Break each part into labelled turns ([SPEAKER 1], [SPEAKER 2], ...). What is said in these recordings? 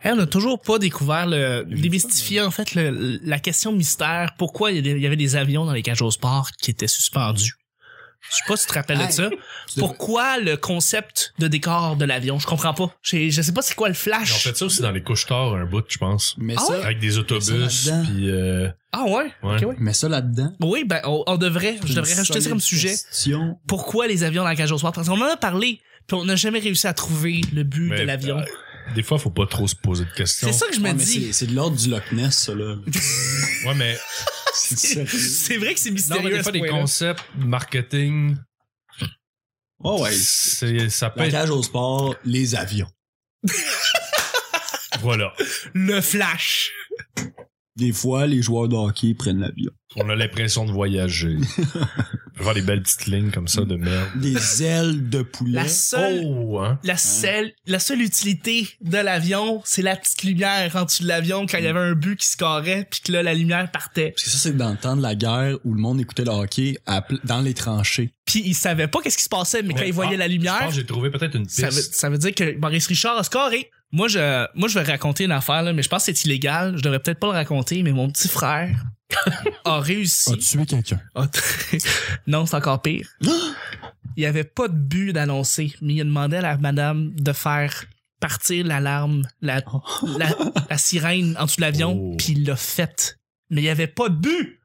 [SPEAKER 1] elle a toujours pas découvert le, démystifier en fait le- la question mystère. Pourquoi il y a des- il y avait des avions dans les cages au sport qui étaient suspendus? Je sais pas si tu te rappelles de
[SPEAKER 2] Hey,
[SPEAKER 1] ça.
[SPEAKER 2] tu devrais-
[SPEAKER 1] Pourquoi le concept de décor de l'avion? Je comprends pas. Je, je sais pas c'est quoi le
[SPEAKER 3] Ils ont
[SPEAKER 1] flash.
[SPEAKER 3] fait ça aussi dans les couches tard un bout, je pense.
[SPEAKER 2] Mais
[SPEAKER 1] Ah
[SPEAKER 2] ça,
[SPEAKER 3] Avec des autobus,
[SPEAKER 2] là-dedans.
[SPEAKER 3] puis euh,
[SPEAKER 1] Ah ouais?
[SPEAKER 3] Ouais.
[SPEAKER 1] Ok, ouais.
[SPEAKER 2] mais ça là-dedans.
[SPEAKER 1] Oui, ben on, on devrait. Je devrais
[SPEAKER 2] une
[SPEAKER 1] rajouter ça comme
[SPEAKER 2] solide
[SPEAKER 1] sujet.
[SPEAKER 2] question.
[SPEAKER 1] Pourquoi les avions dans la cage au sport? Parce qu'on en a parlé, puis on n'a jamais réussi à trouver le but
[SPEAKER 3] Mais,
[SPEAKER 1] de l'avion.
[SPEAKER 3] euh, des fois, faut pas trop se poser de questions.
[SPEAKER 1] C'est ça que je me
[SPEAKER 2] Ouais, Ah, mais
[SPEAKER 1] dis.
[SPEAKER 2] c'est- C'est de l'ordre du Loch Ness, ça, là.
[SPEAKER 3] Ouais, mais
[SPEAKER 2] C'est sérieux.
[SPEAKER 1] C'est vrai que c'est
[SPEAKER 3] non, mais
[SPEAKER 1] mystérieux.
[SPEAKER 3] des
[SPEAKER 1] à ce
[SPEAKER 3] fois, des
[SPEAKER 1] point-là.
[SPEAKER 3] concepts marketing,
[SPEAKER 2] Oh, ouais.
[SPEAKER 3] c'est ça peut
[SPEAKER 2] La
[SPEAKER 3] être,
[SPEAKER 2] cage au sport, les avions.
[SPEAKER 3] voilà.
[SPEAKER 1] Le flash.
[SPEAKER 2] Des fois, les joueurs de hockey prennent l'avion.
[SPEAKER 3] On a l'impression de voyager. Voir des belles petites lignes comme ça de merde.
[SPEAKER 2] Des ailes de poulet.
[SPEAKER 1] La seule
[SPEAKER 3] Oh, hein.
[SPEAKER 1] La seule, la seule utilité de l'avion, c'est la petite lumière en dessous de l'avion quand il
[SPEAKER 3] Mm.
[SPEAKER 1] y avait un but qui se carrait puis que là, la lumière partait.
[SPEAKER 2] Parce que ça, c'est dans le temps de la guerre où le monde écoutait le hockey à pl- dans les tranchées.
[SPEAKER 1] Puis il savait pas qu'est-ce qui se passait, mais quand
[SPEAKER 3] Ouais.
[SPEAKER 1] il voyait
[SPEAKER 3] Ah,
[SPEAKER 1] la
[SPEAKER 3] Je
[SPEAKER 1] lumière,
[SPEAKER 3] pense que j'ai trouvé peut-être une
[SPEAKER 1] ça veut,
[SPEAKER 3] piste.
[SPEAKER 1] ça veut dire que Maurice Richard a scoré. Moi, je, moi, je vais raconter une affaire, là, mais je pense que c'est illégal. Je devrais peut-être pas le raconter, mais mon petit frère a réussi.
[SPEAKER 2] A tué quelqu'un.
[SPEAKER 1] Ah, t- non, c'est encore pire. Il n'y avait pas de but d'annoncer, mais il a demandé à la madame de faire partir l'alarme, la, la, la sirène en dessous de l'avion,
[SPEAKER 3] Oh.
[SPEAKER 1] puis il l'a faite. Mais il n'y avait pas de but.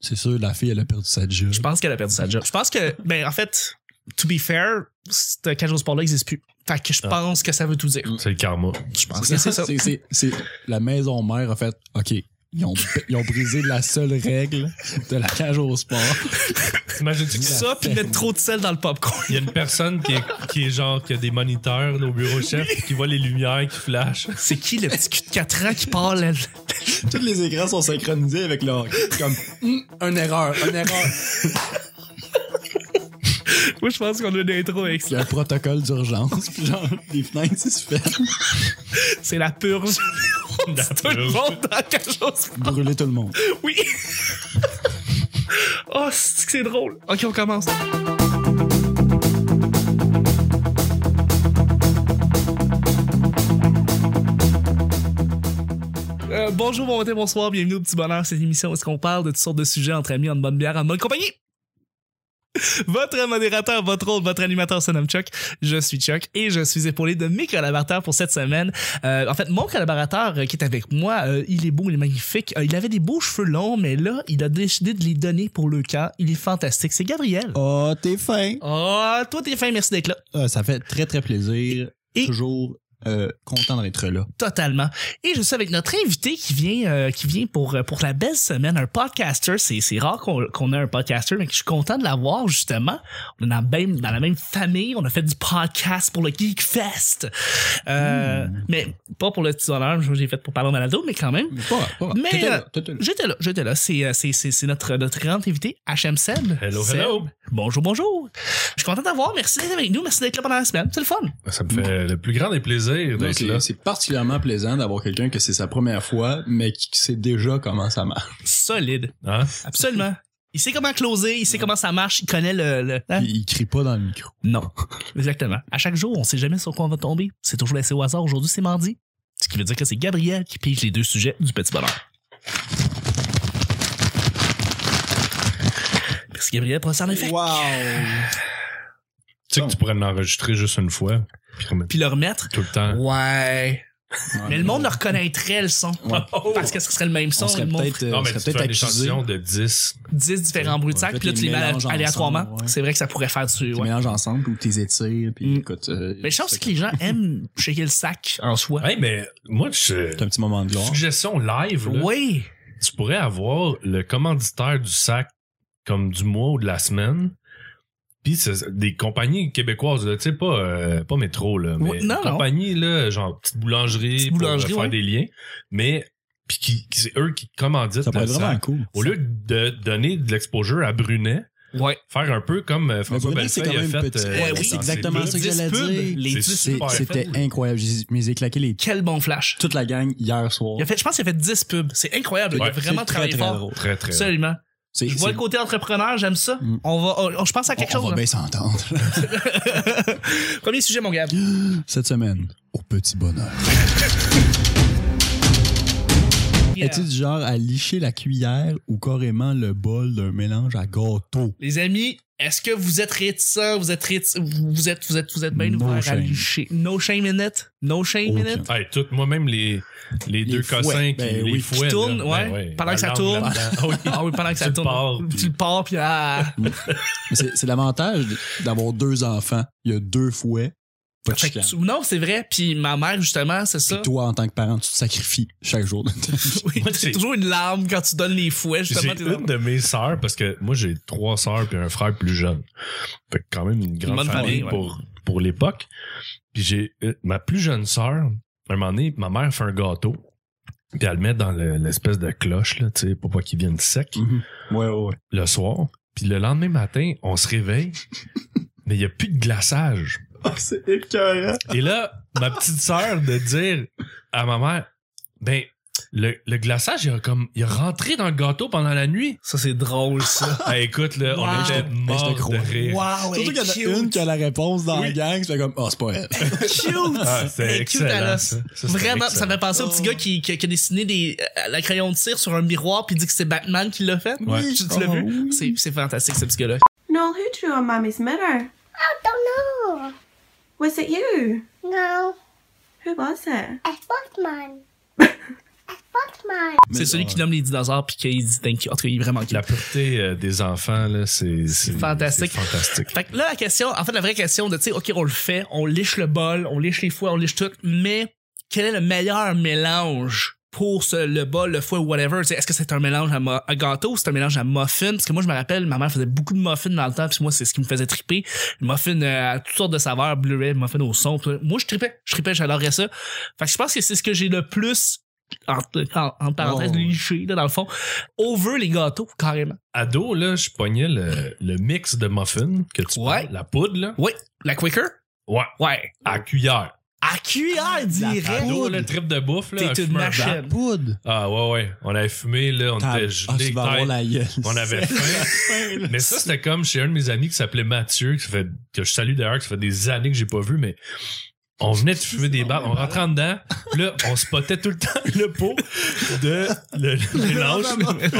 [SPEAKER 2] C'est sûr, la fille, elle a perdu sa job.
[SPEAKER 1] Je pense qu'elle a perdu sa job. Je pense que, ben, en fait, to be fair, ce cage au sport-là n'existe plus. Fait que je
[SPEAKER 3] Ah.
[SPEAKER 1] pense que ça veut tout dire.
[SPEAKER 3] C'est le karma.
[SPEAKER 1] Je pense que c'est ça.
[SPEAKER 2] C'est, c'est- c'est- la maison mère a fait, OK, ils ont, ils ont brisé la seule règle de la cage au sport.
[SPEAKER 3] Imagine-tu que ça?
[SPEAKER 1] Ça, puis mettre trop de sel dans le popcorn.
[SPEAKER 3] Il y a une personne qui est, qui est genre, qui a des moniteurs là, au bureau chef, puis qui voit les lumières qui flashent.
[SPEAKER 1] C'est qui le petit cul de 4 ans qui parle? elle?
[SPEAKER 2] Tous les écrans sont synchronisés avec le hockey. Comme, Hum, une erreur, une erreur.
[SPEAKER 1] Moi, je pense qu'on a une intro avec
[SPEAKER 2] Il y
[SPEAKER 1] ça.
[SPEAKER 2] a un protocole d'urgence. Puis genre, les fenêtres, c'est se fait.
[SPEAKER 1] C'est la purge. Tout le monde dans le cage au sport.
[SPEAKER 2] Brûler tout le monde.
[SPEAKER 1] Oui. oh, c'est que c'est drôle. Ok, on commence. Euh, bonjour, bon matin, bonsoir, bienvenue au Petit Bonheur, cette émission où est-ce qu'on parle de toutes sortes de sujets entre amis, en bonne bière, en bonne compagnie. Votre modérateur, votre hôte, votre animateur se nomme Chuck. Je suis Chuck et je suis épaulé de mes collaborateurs pour cette semaine. Euh, en fait, mon collaborateur euh, qui est avec moi, euh, il est beau, il est magnifique. Euh, il avait des beaux cheveux longs, mais là, il a décidé de les donner pour le camp. Il est fantastique. C'est Gabriel.
[SPEAKER 2] Oh, t'es fin.
[SPEAKER 1] Oh, toi, t'es fin, merci d'être là.
[SPEAKER 2] Ah, ça fait très, très plaisir.
[SPEAKER 1] Et-
[SPEAKER 2] Toujours euh, content d'être là.
[SPEAKER 1] Totalement. Et je suis avec notre invité qui vient, euh, qui vient pour, euh, pour la belle semaine, un podcaster. C'est, c'est rare qu'on, qu'on ait un podcaster, mais je suis content de l'avoir, justement. On est dans, la même- dans la même famille. On a fait du podcast pour le Geek Fest. Euh,
[SPEAKER 3] Hmm.
[SPEAKER 1] Mais pas pour le petit honneur, j'ai fait pour parler en balado, mais quand même.
[SPEAKER 2] Mais pas, grave, pas. grave.
[SPEAKER 1] Mais,
[SPEAKER 2] T'étais
[SPEAKER 1] euh,
[SPEAKER 2] là, t'étais là.
[SPEAKER 1] J'étais là, j'étais là. C'est, euh, c'est, c'est, c'est notre, notre grand invité, HM Seb.
[SPEAKER 3] Hello,
[SPEAKER 1] Seb.
[SPEAKER 3] hello.
[SPEAKER 1] Bonjour, bonjour. Je suis content d'avoir. Merci d'être avec nous. Merci d'être là pendant la semaine. C'est le fun.
[SPEAKER 3] Ben, Ça me fait le plus grand des plaisirs
[SPEAKER 2] Donc,
[SPEAKER 3] d'être
[SPEAKER 2] Ben, c'est-
[SPEAKER 3] là.
[SPEAKER 2] C'est particulièrement plaisant d'avoir quelqu'un que c'est sa première fois, mais qui sait déjà comment ça marche.
[SPEAKER 1] Solide.
[SPEAKER 3] Hein?
[SPEAKER 1] Absolument. Il sait comment closer, il sait comment ça marche, il connaît le... le- hein?
[SPEAKER 2] Puis il crie pas dans le micro.
[SPEAKER 1] Non. Exactement. À chaque jour, on sait jamais sur quoi on va tomber. C'est toujours laissé au hasard. Aujourd'hui, c'est mardi. Ce qui veut dire que c'est Gabriel qui pige les deux sujets du petit bonheur. Merci Gabriel pour ça en effet.
[SPEAKER 2] Wow!
[SPEAKER 3] Tu sais que tu pourrais l'enregistrer juste une fois, puis remettre
[SPEAKER 1] Puis euh, le remettre.
[SPEAKER 3] tout le temps.
[SPEAKER 1] Ouais. Mais le monde le reconnaîtrait, le son. Oh!
[SPEAKER 2] Ouais.
[SPEAKER 1] Parce que ce serait le même son.
[SPEAKER 2] on serait
[SPEAKER 1] le monde
[SPEAKER 2] peut-être
[SPEAKER 1] ferait
[SPEAKER 3] Non, mais tu
[SPEAKER 2] peut
[SPEAKER 3] fais un échantillon de 10.
[SPEAKER 1] 10 différents bruits de
[SPEAKER 2] Ouais,
[SPEAKER 1] sac,
[SPEAKER 2] faites
[SPEAKER 1] puis là, tu
[SPEAKER 2] les
[SPEAKER 1] les mets
[SPEAKER 2] mélanges
[SPEAKER 1] aléatoirement.
[SPEAKER 2] ensemble, ouais.
[SPEAKER 1] C'est vrai que ça pourrait faire du... ouais.
[SPEAKER 2] mélanges ensemble ou tes étires puis
[SPEAKER 1] Mm.
[SPEAKER 2] écoute euh,
[SPEAKER 1] Mais je pense
[SPEAKER 2] c'est-
[SPEAKER 1] que les gens aiment shaker le sac en soi.
[SPEAKER 3] Hey, mais moi, je...
[SPEAKER 2] c'est un petit moment de gloire
[SPEAKER 3] Suggestion live, là.
[SPEAKER 1] Oui.
[SPEAKER 3] tu pourrais avoir le commanditaire du sac comme du mois ou de la semaine. Puis c'est des compagnies québécoises, là, tu sais, pas, euh, pas métro, là, mais
[SPEAKER 1] Ouais, non,
[SPEAKER 3] des
[SPEAKER 1] non.
[SPEAKER 3] compagnies, là, genre petite boulangerie,
[SPEAKER 1] Petite
[SPEAKER 3] pour,
[SPEAKER 1] boulangerie,
[SPEAKER 3] euh, faire
[SPEAKER 1] ouais.
[SPEAKER 3] des liens, mais puis qui, qui- c'est eux qui commanditent
[SPEAKER 2] ça pourrait
[SPEAKER 3] le
[SPEAKER 2] être vraiment
[SPEAKER 3] sac.
[SPEAKER 2] cool
[SPEAKER 3] Au lieu de donner de l'exposure à Brunet,
[SPEAKER 1] Ouais.
[SPEAKER 3] faire un peu comme euh, François
[SPEAKER 2] Brunet, c'est
[SPEAKER 3] Bellefeuille
[SPEAKER 2] quand
[SPEAKER 3] a
[SPEAKER 2] même
[SPEAKER 3] fait. euh,
[SPEAKER 2] petit.
[SPEAKER 1] euh,
[SPEAKER 2] Eh
[SPEAKER 1] Ouais,
[SPEAKER 3] dans
[SPEAKER 1] oui,
[SPEAKER 3] ses
[SPEAKER 2] euh, exactement
[SPEAKER 3] pubs.
[SPEAKER 2] ça que j'allais
[SPEAKER 1] 10 pubs,
[SPEAKER 2] dire.
[SPEAKER 1] les
[SPEAKER 3] C'est
[SPEAKER 1] 10
[SPEAKER 3] super.
[SPEAKER 1] pubs.
[SPEAKER 3] Ouais,
[SPEAKER 2] c'était
[SPEAKER 3] faites-le.
[SPEAKER 2] incroyable j'ai mais j'ai claqué les
[SPEAKER 1] Quel bon flash.
[SPEAKER 2] toute la gang hier soir
[SPEAKER 1] Il a fait, je pense qu'il a fait 10 pubs. C'est incroyable. Il a
[SPEAKER 3] Ouais.
[SPEAKER 1] vraiment
[SPEAKER 2] C'est
[SPEAKER 1] travaillé
[SPEAKER 2] très, très
[SPEAKER 1] fort.
[SPEAKER 2] drôle.
[SPEAKER 3] Très, très.
[SPEAKER 1] Absolument.
[SPEAKER 2] C'est-
[SPEAKER 1] Je
[SPEAKER 2] c'est-
[SPEAKER 1] vois le côté entrepreneur, j'aime ça.
[SPEAKER 2] Mm.
[SPEAKER 1] On va, on- on- je pense à quelque
[SPEAKER 2] on, on
[SPEAKER 1] chose. hein. là.
[SPEAKER 2] va bien s'entendre
[SPEAKER 1] Premier sujet, mon gars.
[SPEAKER 2] cette semaine au petit bonheur Étais-tu du genre à licher la cuillère ou carrément le bol d'un mélange à gâteau?
[SPEAKER 1] Les amis, est-ce que vous êtes réticents? Vous êtes réticents? Vous êtes, vous êtes, vous êtes bien
[SPEAKER 2] No
[SPEAKER 1] ouverts à
[SPEAKER 2] shame.
[SPEAKER 1] licher? No shame in it? No shame in
[SPEAKER 2] Aucun.
[SPEAKER 1] it?
[SPEAKER 3] Hey, tout, moi-même, les, les, deux
[SPEAKER 2] fouets.
[SPEAKER 3] cossins qui,
[SPEAKER 2] Ben
[SPEAKER 3] les
[SPEAKER 2] oui, qui
[SPEAKER 3] fouets, là.
[SPEAKER 1] tournent,
[SPEAKER 3] Ben
[SPEAKER 1] ouais, pendant
[SPEAKER 3] la
[SPEAKER 1] que ça
[SPEAKER 3] langue
[SPEAKER 1] tourne.
[SPEAKER 3] là-dedans. Oui.
[SPEAKER 1] Ah oui, pendant que
[SPEAKER 3] Tu
[SPEAKER 1] ça
[SPEAKER 3] le
[SPEAKER 1] tourne.
[SPEAKER 3] pars, puis-
[SPEAKER 1] Tu le pars, puis ah,
[SPEAKER 2] Mais C'est c'est l'avantage de- d'avoir deux enfants. Il y a deux fouets, pas de
[SPEAKER 1] Fait que
[SPEAKER 2] chicane.
[SPEAKER 1] tu- non, c'est vrai. Puis ma mère, justement, c'est ça.
[SPEAKER 2] Puis toi, en tant que parent, tu te sacrifies chaque jour de ta vie.
[SPEAKER 1] Oui,
[SPEAKER 3] Moi,
[SPEAKER 1] c'est
[SPEAKER 3] j'ai-
[SPEAKER 1] toujours une larme quand tu donnes les fouets, justement.
[SPEAKER 3] J'ai
[SPEAKER 1] t'es
[SPEAKER 3] une de mes sœurs, parce que moi, j'ai trois sœurs puis un frère plus jeune. Fait que quand même une grande
[SPEAKER 1] bonne famille,
[SPEAKER 3] famille,
[SPEAKER 1] ouais.
[SPEAKER 3] pour, pour l'époque. Puis j'ai euh, ma plus jeune sœur, à un moment donné, ma mère fait un gâteau. Puis elle le met dans le- l'espèce de cloche, là, tu sais, pour pas qu'il vienne sec,
[SPEAKER 2] Ouais, ouais, ouais.
[SPEAKER 3] le soir. Puis le lendemain matin, on se réveille, mais il n'y a plus de glaçage.
[SPEAKER 1] Ah,
[SPEAKER 2] c'est écœurant.
[SPEAKER 3] Et là, ma petite sœur de dire à ma mère, ben, le, le glaçage, il a comme, il a rentré dans le gâteau pendant la nuit.
[SPEAKER 1] Ça, c'est drôle, ça.
[SPEAKER 3] Hey, écoute, là,
[SPEAKER 1] Wow.
[SPEAKER 3] on était
[SPEAKER 2] Ben,
[SPEAKER 3] mort
[SPEAKER 2] je te
[SPEAKER 3] de
[SPEAKER 2] crois.
[SPEAKER 3] rire.
[SPEAKER 1] Wow,
[SPEAKER 2] Surtout
[SPEAKER 1] elle
[SPEAKER 2] qu'il y en a
[SPEAKER 1] est
[SPEAKER 2] une
[SPEAKER 1] cute.
[SPEAKER 2] qui a la réponse dans la
[SPEAKER 1] Oui.
[SPEAKER 2] gang, c'est comme, ah, c'est pas elle.
[SPEAKER 1] Cute.
[SPEAKER 3] Ah, c'est
[SPEAKER 1] Elle est cute à
[SPEAKER 3] excellent,
[SPEAKER 1] l'os.
[SPEAKER 3] ça. Ça, c'est
[SPEAKER 1] Vraiment, ça
[SPEAKER 3] excellent.
[SPEAKER 1] me fait penser au petit
[SPEAKER 2] Oh.
[SPEAKER 1] gars qui, qui, qui a dessiné des, euh, la crayon de cire sur un miroir puis dit que c'est Batman qui l'a fait.
[SPEAKER 3] Ouais.
[SPEAKER 1] Tu, tu l'as
[SPEAKER 2] Oh,
[SPEAKER 1] vu?
[SPEAKER 2] oui.
[SPEAKER 1] C'est- C'est fantastique, ce petit gars-là.
[SPEAKER 4] Noel, who drew on Mummy's mirror?
[SPEAKER 5] I don't know.
[SPEAKER 4] Was it you?
[SPEAKER 5] No,
[SPEAKER 4] Who was it?
[SPEAKER 5] it's Batman. it's Batman.
[SPEAKER 1] C'est celui qui nomme les dinosaures puis qui dit thank you. En tout cas, il est vraiment cute.
[SPEAKER 3] La pureté euh, des enfants, là, c'est, c'est-
[SPEAKER 1] fantastique.
[SPEAKER 3] c'est fantastique.
[SPEAKER 1] Fait que là, la question, en fait, la vraie question de, tu sais, OK, on le fait, on liche le bol, on liche les fouets, on liche tout, mais quel est le meilleur mélange pour ce, le bol, le fouet, whatever? Tu sais, Est-ce que c'est un mélange à, mo- à gâteau ou c'est un mélange à muffin? Parce que moi, je me rappelle, ma mère faisait beaucoup de muffins dans le temps, puis moi, c'est ce qui me faisait triper. Muffins euh, à toutes sortes de saveurs, bleuet, muffins au son. tout ça. Moi, je tripais, je tripais, j'adorais ça. Fait que je pense que c'est ce que j'ai le plus, entre en, en parenthèses,
[SPEAKER 2] Oh.
[SPEAKER 1] liché, là, dans le fond, over les gâteaux, carrément.
[SPEAKER 3] Ado, là, je pognais le, le mix de muffins que tu
[SPEAKER 1] Ouais.
[SPEAKER 3] prends, la poudre, là.
[SPEAKER 1] Oui, la quicker?
[SPEAKER 3] Ouais.
[SPEAKER 1] Ouais.
[SPEAKER 3] À cuillère.
[SPEAKER 1] À cuillère direct.
[SPEAKER 3] Ado, Ah, là, le trip de bouffe, là.
[SPEAKER 1] T'es
[SPEAKER 3] un
[SPEAKER 1] une
[SPEAKER 3] fumeur
[SPEAKER 1] machine.
[SPEAKER 3] blanc.
[SPEAKER 2] Poudre.
[SPEAKER 3] Ah, ouais, ouais. On avait fumé, là, on
[SPEAKER 2] Ah,
[SPEAKER 3] était
[SPEAKER 2] ah,
[SPEAKER 3] gelé.
[SPEAKER 2] tu vas avoir la gueule.
[SPEAKER 3] On avait faim. mais ça, c'était comme chez un de mes amis qui s'appelait Mathieu, qui fait, que je salue d'ailleurs, que ça fait des années que j'ai pas vu, mais on venait de fumer des barres, on rentrait en dedans, puis là, on spottait tout le temps le pot de le, le mélange.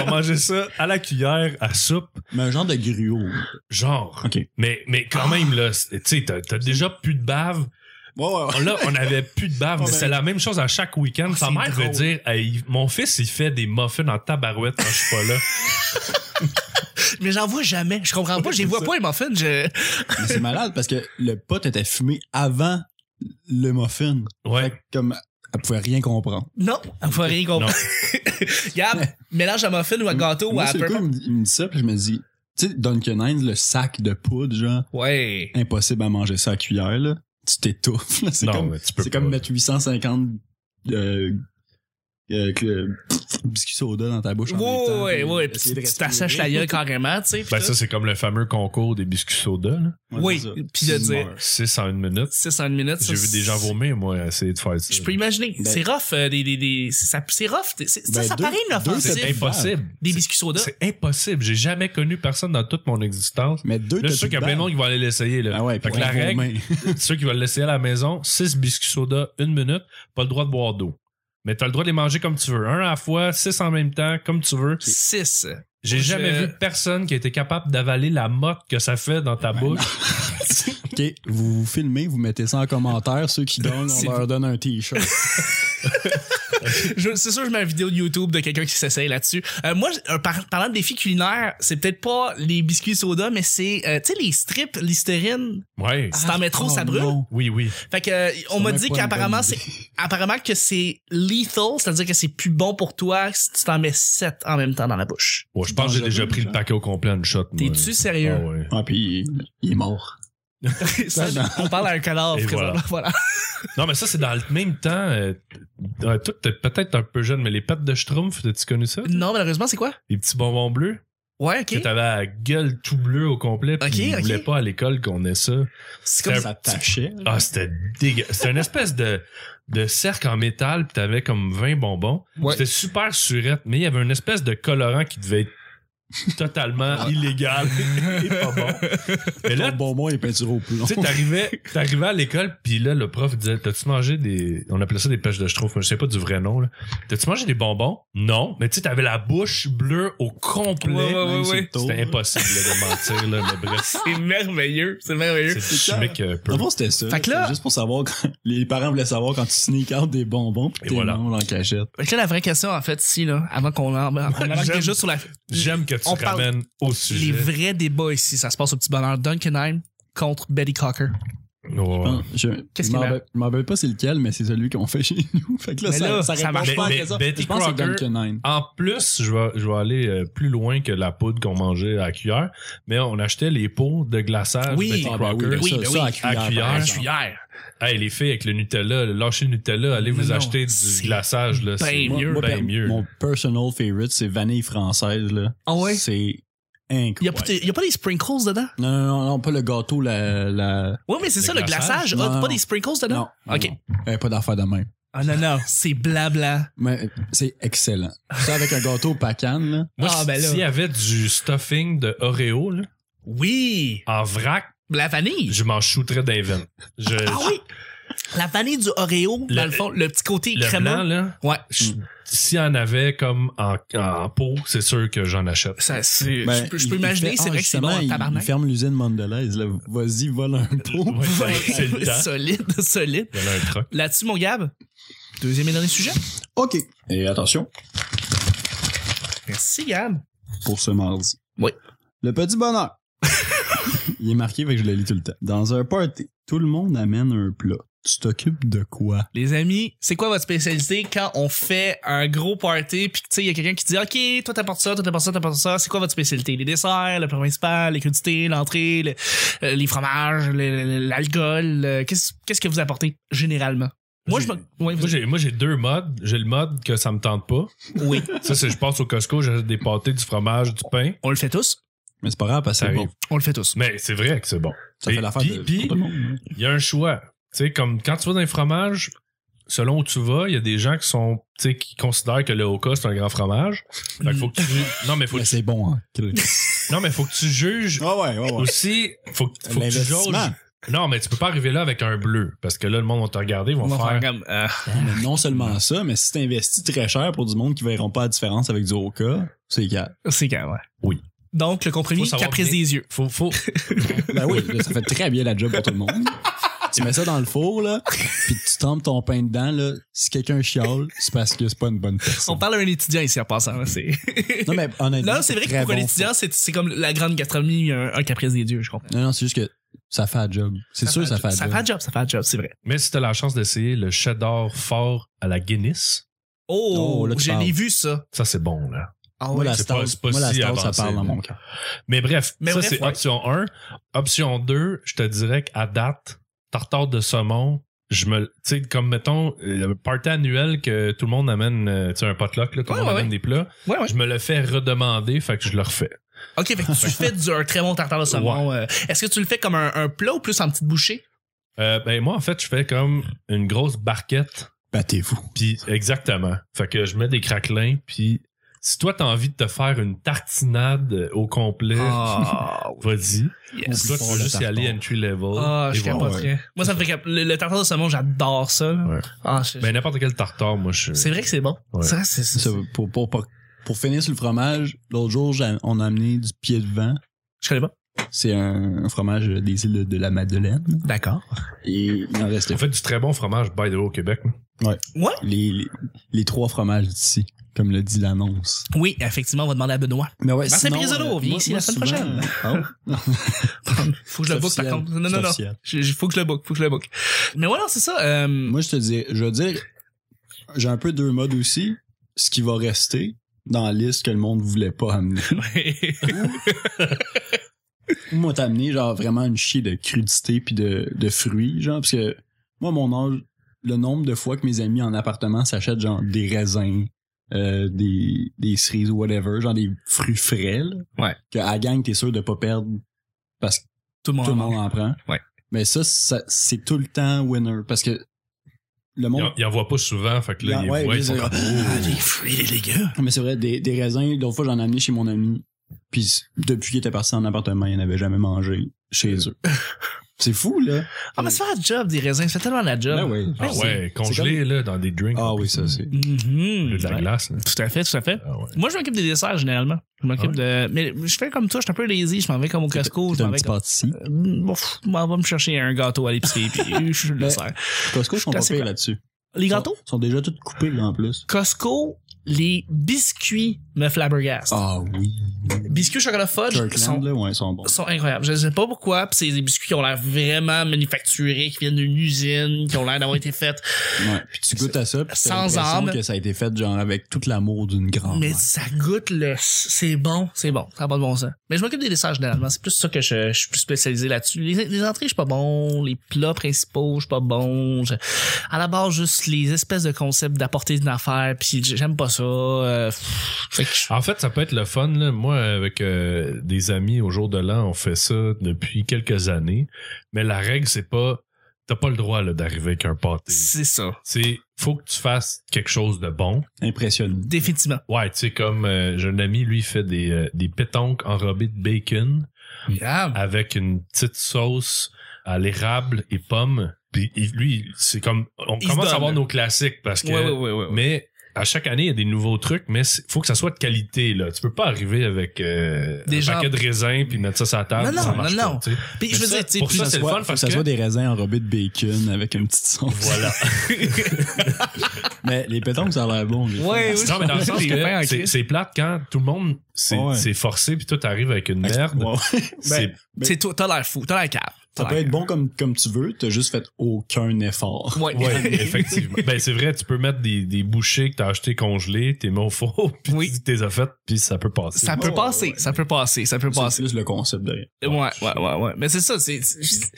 [SPEAKER 3] on mangeait ça à la cuillère, à soupe,
[SPEAKER 2] Mais un genre de gruau.
[SPEAKER 3] genre.
[SPEAKER 2] OK. Ouais,
[SPEAKER 3] Mais, mais quand même, là, c'est- tu sais, t'as t'as déjà plus de bave.
[SPEAKER 2] ouais, ouais.
[SPEAKER 3] Là, on avait plus de bave, mais c'est la même chose à chaque week-end.
[SPEAKER 1] Oh,
[SPEAKER 3] Sa
[SPEAKER 1] c'est
[SPEAKER 3] mère veut
[SPEAKER 1] drôle.
[SPEAKER 3] dire, Hey, mon fils, il fait des muffins en tabarouette quand je suis pas là.
[SPEAKER 1] Mais j'en vois jamais. Je comprends pas. Je les vois pas, les muffins. Je...
[SPEAKER 2] Mais c'est malade parce que le pot était fumé avant le muffin.
[SPEAKER 3] Ouais.
[SPEAKER 2] Comme, elle pouvait rien comprendre.
[SPEAKER 1] Non, on va rien comprendre. Regarde, mélange à muffin ou à gâteau ou
[SPEAKER 2] Moi,
[SPEAKER 1] à
[SPEAKER 2] c'est
[SPEAKER 1] peu
[SPEAKER 2] quoi, il me dit- il me dit ça, puis je me dis, tu sais, Duncan Hines, le sac de poudre, genre,
[SPEAKER 1] Ouais.
[SPEAKER 2] impossible à manger ça à cuillère, là. Tu t'étouffes, là. C'est
[SPEAKER 3] Non,
[SPEAKER 2] comme,
[SPEAKER 3] mais tu peux
[SPEAKER 2] c'est
[SPEAKER 3] pas.
[SPEAKER 2] comme mettre 850 euh, euh, que- biscuits soda dans ta bouche. en même
[SPEAKER 1] Ouais,
[SPEAKER 2] temps,
[SPEAKER 1] ouais,
[SPEAKER 2] puis
[SPEAKER 1] ouais. Puis
[SPEAKER 2] essayer de
[SPEAKER 1] tu tu
[SPEAKER 2] respirer.
[SPEAKER 1] t'assèches la gueule carrément, tu sais. puis
[SPEAKER 3] Ben
[SPEAKER 1] tout.
[SPEAKER 3] ça, c'est comme le fameux concours des biscuits soda. Là.
[SPEAKER 2] Ouais,
[SPEAKER 1] Oui,
[SPEAKER 2] c'est ça.
[SPEAKER 1] puis de
[SPEAKER 2] Tu
[SPEAKER 1] dire-
[SPEAKER 2] meurs.
[SPEAKER 3] 6 en une minute.
[SPEAKER 1] C'est ça, une minute. ça,
[SPEAKER 3] J'ai vu des gens
[SPEAKER 1] c'est-
[SPEAKER 3] vomir, moi, à essayer de faire ça.
[SPEAKER 1] Je peux imaginer.
[SPEAKER 2] Ben-
[SPEAKER 1] c'est rough. euh, des, des, des- ça- C'est rough. C'est- c'est- ça,
[SPEAKER 2] Ben,
[SPEAKER 1] ça
[SPEAKER 2] deux-
[SPEAKER 1] paraît inoffensif.
[SPEAKER 2] deux,
[SPEAKER 3] C'est impossible.
[SPEAKER 1] Des biscuits soda.
[SPEAKER 3] C'est impossible. J'ai jamais connu personne dans toute mon existence.
[SPEAKER 2] Mais deux,
[SPEAKER 3] Là, je suis sûr qu'il y a plein de monde qui vont aller l'essayer. Là.
[SPEAKER 2] Ah ouais,
[SPEAKER 3] fait
[SPEAKER 2] puis
[SPEAKER 3] que la
[SPEAKER 2] on va aux
[SPEAKER 3] règle,
[SPEAKER 2] mains.
[SPEAKER 3] ceux qui veulent l'essayer à la maison, 6 biscuits soda, une minute, pas le droit de boire d'eau. Mais t'as le droit de les manger comme tu veux. Un à la fois, six en même temps, comme tu veux.
[SPEAKER 1] Six.
[SPEAKER 3] J'ai
[SPEAKER 1] Je-
[SPEAKER 3] jamais vu personne qui a été capable d'avaler la motte que ça fait dans ta bouche.
[SPEAKER 2] OK, vous vous filmez, vous mettez ça en commentaire. Ceux qui gagnent,
[SPEAKER 1] C'est-
[SPEAKER 2] on leur donne un t-shirt.
[SPEAKER 1] Je- C'est sûr, je mets une vidéo de YouTube de quelqu'un qui s'essaye là-dessus. Euh, moi, euh, par- parlant de défis culinaires, c'est peut-être pas les biscuits soda, mais c'est, euh, tu sais, les strips, l'hystérine.
[SPEAKER 3] Ouais.
[SPEAKER 1] Si t'en mets trop,
[SPEAKER 2] Oh
[SPEAKER 1] ça brûle.
[SPEAKER 2] non.
[SPEAKER 3] Oui, oui.
[SPEAKER 1] Fait que, euh, on Ah,
[SPEAKER 2] C'est
[SPEAKER 1] m'a
[SPEAKER 2] même
[SPEAKER 1] dit
[SPEAKER 2] pas une
[SPEAKER 1] qu'apparemment,
[SPEAKER 2] bonne
[SPEAKER 1] c'est,
[SPEAKER 2] idée.
[SPEAKER 1] apparemment que c'est lethal, c'est-à-dire que c'est plus bon pour toi si tu t'en mets sept en même temps dans la bouche.
[SPEAKER 3] Bon, je pense que j'ai déjà pris le paquet au complet en une shot. moi.
[SPEAKER 1] T'es-tu sérieux?
[SPEAKER 3] Ah ouais.
[SPEAKER 2] Ah, puis il- il est mort.
[SPEAKER 1] Ça, on parle à un cadavre,
[SPEAKER 3] Et
[SPEAKER 1] présentement. Voilà.
[SPEAKER 3] Non, mais ça, c'est dans le même temps. Euh, euh, toi, t'es peut-être un peu jeune, mais les pâtes de Schtroumpf, t'as-tu connu ça?
[SPEAKER 1] Non, malheureusement, c'est quoi?
[SPEAKER 3] Les petits bonbons bleus
[SPEAKER 1] Ouais,
[SPEAKER 3] que
[SPEAKER 1] ok.
[SPEAKER 3] t'avais à la gueule tout bleue au complet. Puis
[SPEAKER 1] Ok,
[SPEAKER 3] ils
[SPEAKER 1] ok.
[SPEAKER 3] voulaient pas à l'école qu'on ait ça.
[SPEAKER 1] C'est comme
[SPEAKER 3] C'est
[SPEAKER 1] ça.
[SPEAKER 2] Ça tachait.
[SPEAKER 3] Ah, c'était dégueu. C'était une espèce de, de cercle en métal, puis t'avais comme 20 bonbons.
[SPEAKER 1] Ouais.
[SPEAKER 3] C'était super surette, mais il y avait une espèce de colorant qui devait être
[SPEAKER 1] Ah.
[SPEAKER 3] totalement illégal et pas bon. Mais là,
[SPEAKER 2] Le bon mois est peinture au plomb.
[SPEAKER 3] tu sais, t'arrivais, t'arrivais à l'école, puis là, le prof disait, t'as-tu mangé des, on appelait ça des pêches de strophe, je sais pas du vrai nom, là. T'as-tu mangé des bonbons? Non. Mais tu sais, t'avais la bouche bleue au complet.
[SPEAKER 1] Ouais, ouais, ouais,
[SPEAKER 3] Même si
[SPEAKER 1] ouais.
[SPEAKER 3] C'était impossible, là, de mentir, là, mais bref.
[SPEAKER 1] C'est merveilleux, c'est merveilleux.
[SPEAKER 3] C'est chimique un peu.
[SPEAKER 2] Dans le fond, c'était ça.
[SPEAKER 1] Fait que là-
[SPEAKER 2] C'était Juste pour savoir, quand- les parents voulaient savoir quand tu sneak out des bonbons pis
[SPEAKER 3] Et
[SPEAKER 2] t'es
[SPEAKER 3] voilà.
[SPEAKER 2] voilà. en cachette.
[SPEAKER 1] Fait que là, la vraie question, en fait, si, là, avant qu'on en, on embarque
[SPEAKER 3] j'aime-
[SPEAKER 1] déjà sur la,
[SPEAKER 3] J'aime que tu
[SPEAKER 1] On parle-
[SPEAKER 3] ramènes au
[SPEAKER 1] les
[SPEAKER 3] sujet.
[SPEAKER 1] vrais débats ici. Ça se passe au petit bonheur. Duncanheim contre Betty Cocker.
[SPEAKER 3] Ah, Ouais.
[SPEAKER 2] Bon, Ah, je,
[SPEAKER 1] Qu'est-ce
[SPEAKER 2] je m'en
[SPEAKER 1] qu'il y a?
[SPEAKER 2] rappelle- je m'en rappelle pas c'est lequel, mais c'est celui qu'on fait chez nous. Fait que là,
[SPEAKER 1] Mais
[SPEAKER 2] ça,
[SPEAKER 1] là,
[SPEAKER 2] ça,
[SPEAKER 1] ça
[SPEAKER 2] répond
[SPEAKER 1] marche
[SPEAKER 2] pas
[SPEAKER 3] pas.
[SPEAKER 2] à la question.
[SPEAKER 3] Mais- Betty
[SPEAKER 2] Je pense que c'est
[SPEAKER 3] Crocker-
[SPEAKER 2] Duncan Nine.
[SPEAKER 3] En plus, je vais, je vais aller euh, plus loin que la poudre qu'on mangeait à cuillère, mais on achetait les pots de glaçage
[SPEAKER 1] Oui.
[SPEAKER 3] Betty
[SPEAKER 1] Ah,
[SPEAKER 2] ben
[SPEAKER 3] Crocker.
[SPEAKER 2] oui,
[SPEAKER 1] Oui,
[SPEAKER 2] ça,
[SPEAKER 1] ben
[SPEAKER 2] ça,
[SPEAKER 1] oui.
[SPEAKER 2] à
[SPEAKER 1] À
[SPEAKER 2] cuillère. par
[SPEAKER 3] cuillère.
[SPEAKER 2] exemple.
[SPEAKER 3] Je suis Hey, les filles avec le Nutella, là, lâchez le Nutella, allez vous
[SPEAKER 1] Non,
[SPEAKER 3] acheter
[SPEAKER 1] c'est
[SPEAKER 3] du glaçage, là.
[SPEAKER 1] ben
[SPEAKER 3] c'est
[SPEAKER 1] mieux.
[SPEAKER 3] ben
[SPEAKER 2] Moi, per-
[SPEAKER 3] mieux.
[SPEAKER 2] Mon personal favorite, c'est vanille française, là.
[SPEAKER 1] Ah ouais?
[SPEAKER 2] C'est incroyable.
[SPEAKER 1] Il y a, pas de- il y a pas des sprinkles dedans?
[SPEAKER 2] Non, non, non, non, pas le gâteau, la, la...
[SPEAKER 1] Oui, mais c'est
[SPEAKER 3] Le
[SPEAKER 1] ça, le glaçage.
[SPEAKER 3] glaçage?
[SPEAKER 1] Ah, pas
[SPEAKER 2] Non, non.
[SPEAKER 1] des sprinkles dedans?
[SPEAKER 2] Non.
[SPEAKER 1] OK.
[SPEAKER 2] Eh, pas d'affaire de même.
[SPEAKER 1] Ah non, non, c'est blabla.
[SPEAKER 2] Mais c'est excellent. Ça, avec un gâteau pacane, là.
[SPEAKER 3] Moi,
[SPEAKER 1] Ah,
[SPEAKER 3] si-
[SPEAKER 1] ben là.
[SPEAKER 3] s'il y avait du stuffing de Oreo, là,
[SPEAKER 1] Oui!
[SPEAKER 3] en vrac,
[SPEAKER 1] La vanille.
[SPEAKER 3] je m'en shooterais d'un veine. Je,
[SPEAKER 1] Ah oui! La vanille du Oreo,
[SPEAKER 3] Le-
[SPEAKER 1] dans le fond, le petit côté
[SPEAKER 3] le blanc,
[SPEAKER 1] crémeux.
[SPEAKER 3] là,
[SPEAKER 1] Ouais.
[SPEAKER 3] je-
[SPEAKER 2] Mm.
[SPEAKER 3] s'il y en avait comme en, en pot, c'est sûr que j'en achète.
[SPEAKER 1] Ça, c'est,
[SPEAKER 2] Ben,
[SPEAKER 1] je peux, je
[SPEAKER 2] il-
[SPEAKER 1] peux
[SPEAKER 2] il
[SPEAKER 1] imaginer,
[SPEAKER 2] fait-
[SPEAKER 1] c'est
[SPEAKER 2] ah,
[SPEAKER 1] vrai que c'est bon
[SPEAKER 2] justement,
[SPEAKER 1] en
[SPEAKER 2] il-
[SPEAKER 1] tabarnak.
[SPEAKER 2] Il ferme l'usine Mandelaise, là. Vas-y, vole un pot.
[SPEAKER 3] Ouais, c'est- c'est le temps.
[SPEAKER 1] solide, solide.
[SPEAKER 3] Il y en a un troc.
[SPEAKER 1] Là-dessus, mon Gab, deuxième et dernier sujet.
[SPEAKER 2] OK. Et attention.
[SPEAKER 1] Merci, Gab.
[SPEAKER 2] Pour ce mardi.
[SPEAKER 1] Oui.
[SPEAKER 2] Le petit bonheur. il est marqué, fait que je le lis tout le temps. Dans un party, tout le monde amène un plat. Tu t'occupes de quoi?
[SPEAKER 1] Les amis, c'est quoi votre spécialité quand on fait un gros party puis que, tu sais, il y a quelqu'un qui dit, OK, toi t'apportes ça, toi t'apportes ça, t'apportes ça. C'est quoi votre spécialité? Les desserts, le plat principal, les crudités, l'entrée, le- euh, les fromages, le- le- l'alcool. le- Qu'est-ce qu'est-ce que vous apportez généralement? Moi, je me. ouais,
[SPEAKER 3] Moi, j'ai, moi, j'ai deux modes. J'ai le mode que ça me tente pas.
[SPEAKER 1] oui,
[SPEAKER 3] Ça, c'est je passe au Costco, j'achète des pâtés, du fromage, du pain.
[SPEAKER 1] on le fait tous.
[SPEAKER 2] Mais c'est pas grave, parce que
[SPEAKER 3] Ça
[SPEAKER 2] c'est bon.
[SPEAKER 3] arrive.
[SPEAKER 1] On le fait tous.
[SPEAKER 3] Mais c'est vrai que c'est bon.
[SPEAKER 2] Ben Ça
[SPEAKER 3] Et
[SPEAKER 2] fait l'affaire
[SPEAKER 3] puis-
[SPEAKER 2] de
[SPEAKER 3] puis-
[SPEAKER 2] pour tout le monde. hein.
[SPEAKER 3] Il y a un choix. Tu sais, comme quand tu vas dans les fromages, selon où tu vas, il y a des gens qui sont, tu sais, qui considèrent que le Oka, c'est un grand fromage. Fait que faut que tu, non, mais faut que
[SPEAKER 2] Mais
[SPEAKER 3] tu,
[SPEAKER 2] c'est bon, hein.
[SPEAKER 3] non, mais faut que tu juges
[SPEAKER 2] Ah ouais, ouais, ouais.
[SPEAKER 3] aussi. Faut, que- faut que tu
[SPEAKER 2] L'investissement.
[SPEAKER 3] juges. Non, mais tu peux pas arriver là avec un bleu. Parce que là, le monde va te regarder, ils vont
[SPEAKER 1] On va
[SPEAKER 3] faire.
[SPEAKER 1] faire comme, euh,
[SPEAKER 2] Hein, Mais non seulement ça, mais si t'investis très cher pour du monde qui verront pas la différence avec du Oka, c'est égal.
[SPEAKER 1] C'est quand, ouais.
[SPEAKER 3] Oui.
[SPEAKER 1] Donc, le
[SPEAKER 3] Faut
[SPEAKER 1] compromis,
[SPEAKER 3] savoir
[SPEAKER 1] caprice
[SPEAKER 3] bien.
[SPEAKER 1] des yeux.
[SPEAKER 3] Faut, faut,
[SPEAKER 2] Ben oui, là, ça fait très bien la job pour tout le monde. Tu mets ça dans le four, là, puis tu trempes ton pain dedans, là. Si quelqu'un chiale, c'est parce que c'est pas une bonne personne.
[SPEAKER 1] On parle à un étudiant ici en passant. là, c'est-
[SPEAKER 2] Non, mais honnêtement.
[SPEAKER 1] Non, c'est vrai que
[SPEAKER 2] très
[SPEAKER 1] pour un
[SPEAKER 2] bon
[SPEAKER 1] étudiant, c'est c'est comme la grande gastronomie, un, un caprice des dieux, je comprends.
[SPEAKER 2] four. Non, non, c'est juste que ça fait la job. C'est sûr, ça fait la
[SPEAKER 1] Ça
[SPEAKER 2] job.
[SPEAKER 1] fait un job, ça fait un job, c'est vrai.
[SPEAKER 3] mais si t'as la chance d'essayer le cheddar fort à la Guinness,
[SPEAKER 1] Oh,
[SPEAKER 2] Oh, là, tu
[SPEAKER 1] je l'ai
[SPEAKER 2] parles.
[SPEAKER 1] vu ça.
[SPEAKER 3] ça, c'est bon, là.
[SPEAKER 1] Ah
[SPEAKER 2] Moi,
[SPEAKER 1] ouais.
[SPEAKER 2] la
[SPEAKER 3] c'est
[SPEAKER 2] star,
[SPEAKER 3] pas- c'est pas
[SPEAKER 2] moi, la
[SPEAKER 3] si
[SPEAKER 2] star, ça
[SPEAKER 3] avancé,
[SPEAKER 2] parle dans
[SPEAKER 3] là.
[SPEAKER 2] mon cœur.
[SPEAKER 3] Mais bref,
[SPEAKER 1] Mais
[SPEAKER 3] ça
[SPEAKER 1] bref,
[SPEAKER 3] c'est
[SPEAKER 1] ouais.
[SPEAKER 3] option 1. Option 2, je te dirais qu'à date, tartare de saumon, je me. Tu sais, comme mettons, euh, le party annuel que tout le monde amène, euh, tu sais, un potluck, là, tout
[SPEAKER 1] Ouais,
[SPEAKER 3] le monde
[SPEAKER 1] ouais,
[SPEAKER 3] amène
[SPEAKER 1] ouais.
[SPEAKER 3] des plats,
[SPEAKER 1] Ouais, ouais.
[SPEAKER 3] je me le fais redemander, fait que je le refais.
[SPEAKER 1] Ok, fait que tu fais du, un très bon tartare de saumon. euh, Est-ce que tu le fais comme un, un plat ou plus en petite bouchée?
[SPEAKER 3] Euh, ben, moi, en fait, je fais comme une grosse barquette,
[SPEAKER 2] Battez-vous.
[SPEAKER 3] puis exactement. Fait que je mets des craquelins, puis si toi, t'as envie de te faire une tartinade au complet,
[SPEAKER 1] Ah,
[SPEAKER 3] vas-y.
[SPEAKER 1] yes.
[SPEAKER 3] Toi, tu
[SPEAKER 2] Pour
[SPEAKER 3] veux
[SPEAKER 2] le
[SPEAKER 3] juste y
[SPEAKER 2] tartare.
[SPEAKER 3] aller entry level.
[SPEAKER 1] Ah,
[SPEAKER 3] et
[SPEAKER 1] je
[SPEAKER 3] voilà.
[SPEAKER 1] capoterais. Moi, ça me fait cap- le, le tartare de saumon, j'adore ça. là.
[SPEAKER 3] Ouais.
[SPEAKER 1] Ah, c'est-
[SPEAKER 3] Ben, n'importe quel tartare, moi, je
[SPEAKER 1] c'est vrai que c'est bon.
[SPEAKER 3] Ouais.
[SPEAKER 1] Ça, c'est- c'est-
[SPEAKER 2] Ça, pour, pour, pour, pour finir sur le fromage, l'autre jour, j'ai- on a amené du pied de vent.
[SPEAKER 1] Je connais pas.
[SPEAKER 2] C'est un, un fromage des îles de la Madeleine.
[SPEAKER 1] D'accord.
[SPEAKER 2] Et il en reste
[SPEAKER 3] On fait du très bon fromage by the way au Québec. hein.
[SPEAKER 1] Ouais.
[SPEAKER 2] les, les, les trois fromages d'ici, comme le dit l'annonce.
[SPEAKER 1] Oui, effectivement, on va demander à Benoît.
[SPEAKER 2] Mais ouais, euh,
[SPEAKER 1] Marcel Brizodeau, viens ici la semaine prochaine.
[SPEAKER 2] hein?
[SPEAKER 1] faut que je le book, par contre. Non, non, non. J'ai- j'ai- Faut que je le book, faut que je le book. Mais voilà, c'est ça. euh,
[SPEAKER 2] Moi, je te dis, je veux dire, j'ai un peu deux modes aussi. Ce qui va rester dans la liste que le monde voulait pas amener. Ou moi, t'as amené, genre, vraiment une chier de crudité puis de, de fruits, genre, parce que moi, à mon âge, le nombre de fois que mes amis en appartement s'achètent, genre, des raisins, euh, des, des cerises ou whatever, genre, des fruits frais, là,
[SPEAKER 1] Ouais.
[SPEAKER 2] que à la gang, t'es sûr de pas perdre parce que
[SPEAKER 1] tout le monde.
[SPEAKER 2] tout le
[SPEAKER 1] en
[SPEAKER 2] monde
[SPEAKER 1] mange.
[SPEAKER 2] en prend.
[SPEAKER 1] Ouais.
[SPEAKER 2] Mais ça, ça- c'est tout le temps winner parce que le
[SPEAKER 3] Il,
[SPEAKER 2] monde.
[SPEAKER 3] en, il en voit pas souvent, fait que là,
[SPEAKER 2] Ah,
[SPEAKER 3] il
[SPEAKER 2] ouais,
[SPEAKER 3] voit,
[SPEAKER 2] oui,
[SPEAKER 3] ils sont
[SPEAKER 2] c'est-
[SPEAKER 3] comme, oh.
[SPEAKER 2] Ah,
[SPEAKER 1] Des fruits, des légumes.
[SPEAKER 2] Mais c'est vrai, des, des raisins, l'autre fois, j'en ai amené chez mon ami. Puis c- depuis qu'il était parti en appartement, il n'avait jamais mangé chez eux. c'est fou, là.
[SPEAKER 1] Ah, mais ça fait la job des raisins, ça fait tellement la job.
[SPEAKER 2] Ben oui.
[SPEAKER 3] Ah
[SPEAKER 1] c'est-
[SPEAKER 3] ouais, congelé là, dans des drinks.
[SPEAKER 2] Ah oui, ça, c'est.
[SPEAKER 1] Mhm.
[SPEAKER 3] De la glace. là.
[SPEAKER 1] Tout à fait, tout à fait.
[SPEAKER 3] Ah ouais.
[SPEAKER 1] Moi, je m'occupe des desserts généralement. Je m'occupe
[SPEAKER 2] Ah
[SPEAKER 1] de. Mais je fais comme toi, je suis un peu lazy. Je m'en vais comme au Costco. Je
[SPEAKER 2] C'est
[SPEAKER 1] m'en
[SPEAKER 2] un
[SPEAKER 1] vais
[SPEAKER 2] petit
[SPEAKER 1] comme.
[SPEAKER 2] pâtissier.
[SPEAKER 1] Euh, Bon, pff, m'en va me chercher un gâteau à l'épicerie, puis je le
[SPEAKER 2] Ben,
[SPEAKER 1] sers.
[SPEAKER 2] Costco sont pas
[SPEAKER 1] Classique,
[SPEAKER 2] pires
[SPEAKER 1] hein.
[SPEAKER 2] là-dessus.
[SPEAKER 1] Les gâteaux?
[SPEAKER 2] Ils sont déjà tous coupés, là, en plus.
[SPEAKER 1] Costco, les biscuits me flabbergastent.
[SPEAKER 2] Ah oui.
[SPEAKER 1] Biscuits au chocolat fudge
[SPEAKER 2] Kirkland,
[SPEAKER 1] sont,
[SPEAKER 2] là, ouais, ils sont bons.
[SPEAKER 1] sont incroyables. Je sais pas pourquoi, pis c'est des biscuits qui ont l'air vraiment manufacturés, qui viennent d'une usine, qui ont l'air d'avoir été faits.
[SPEAKER 2] Ouais. Puis tu goûtes à ça, puis
[SPEAKER 1] Sans
[SPEAKER 2] t'as l'impression
[SPEAKER 1] âme.
[SPEAKER 2] que ça a été fait, genre, avec tout l'amour d'une
[SPEAKER 3] Oh
[SPEAKER 2] grande.
[SPEAKER 1] Mais ça goûte le... C'est bon, c'est bon. Ça n'a pas de bon sens. Mais je m'occupe des desserts généralement. C'est plus ça que je, je suis plus spécialisé là-dessus. Les, les entrées, je suis pas bon. Les plats principaux, je suis pas bon. Je- à la base, juste les espèces de concepts d'apporter une affaire. Puis j'aime pas ça. Euh, pff, fait que je-
[SPEAKER 3] En fait, ça peut être le fun. Là. Moi, avec euh, des amis au jour de l'an, on fait ça depuis quelques années. Mais la règle, c'est pas. T'as pas le droit là, d'arriver avec un pâté.
[SPEAKER 1] c'est ça.
[SPEAKER 3] C'est faut que tu fasses quelque chose de bon.
[SPEAKER 2] Impressionnant.
[SPEAKER 1] Définitivement.
[SPEAKER 3] Ouais, tu sais, comme euh, j'ai un ami, lui, il fait des, euh, des pétonques enrobées de bacon avec une petite sauce à l'érable et pommes. Puis il- lui, c'est comme. On
[SPEAKER 1] Il se
[SPEAKER 3] commence à
[SPEAKER 1] donne.
[SPEAKER 3] avoir nos classiques parce que.
[SPEAKER 1] Ouais, ouais, ouais, ouais, ouais.
[SPEAKER 3] Mais à chaque année, il y a des nouveaux trucs, mais il faut que ça soit de qualité. Là. Tu peux pas arriver avec euh,
[SPEAKER 1] Des
[SPEAKER 3] un
[SPEAKER 1] gens-
[SPEAKER 3] paquet de raisins puis mettre ça sur la table.
[SPEAKER 1] Non, non,
[SPEAKER 3] ça marche
[SPEAKER 1] non,
[SPEAKER 3] pas,
[SPEAKER 1] non.
[SPEAKER 3] tu sais.
[SPEAKER 1] Puis
[SPEAKER 3] Mais
[SPEAKER 1] je veux
[SPEAKER 3] ça,
[SPEAKER 1] dire, tu sais,
[SPEAKER 3] pour
[SPEAKER 1] plus-
[SPEAKER 3] ça,
[SPEAKER 2] Que
[SPEAKER 3] c'est
[SPEAKER 2] ça
[SPEAKER 3] le
[SPEAKER 2] soit-
[SPEAKER 3] fun parce
[SPEAKER 2] que ça
[SPEAKER 3] que-
[SPEAKER 2] soit des raisins enrobés de bacon avec une petite sauce.
[SPEAKER 3] Voilà.
[SPEAKER 2] mais les pétanques, ça a l'air bon. j'ai
[SPEAKER 1] Ouais,
[SPEAKER 2] fait.
[SPEAKER 1] oui.
[SPEAKER 3] non, mais dans le sens
[SPEAKER 1] Des pains en
[SPEAKER 3] que c'est-
[SPEAKER 1] crise.
[SPEAKER 3] c'est plate quand tout le monde s'est
[SPEAKER 2] Ouais.
[SPEAKER 3] s'est forcé puis toi t'arrives avec une merde.
[SPEAKER 2] Ouais.
[SPEAKER 3] C'est-
[SPEAKER 2] Mais-
[SPEAKER 1] C'est toi, t'as l'air fou, t'as l'air cave.
[SPEAKER 2] Ça peut être bon comme, comme tu veux, t'as juste fait aucun effort.
[SPEAKER 1] Ouais.
[SPEAKER 3] Ouais, effectivement. Ben, c'est vrai, tu peux mettre des, des bouchées que t'as acheté congelées, t'es mis au four, puis
[SPEAKER 1] Oui.
[SPEAKER 3] tu les as faites, puis ça peut passer.
[SPEAKER 1] Ça peut
[SPEAKER 2] Oh,
[SPEAKER 1] passer,
[SPEAKER 2] ouais.
[SPEAKER 1] ça peut passer, ça peut
[SPEAKER 2] C'est
[SPEAKER 1] passer.
[SPEAKER 2] juste le concept derrière.
[SPEAKER 1] Ouais, ouais, ouais, ouais. Mais c'est ça, c'est. c'est- c'est-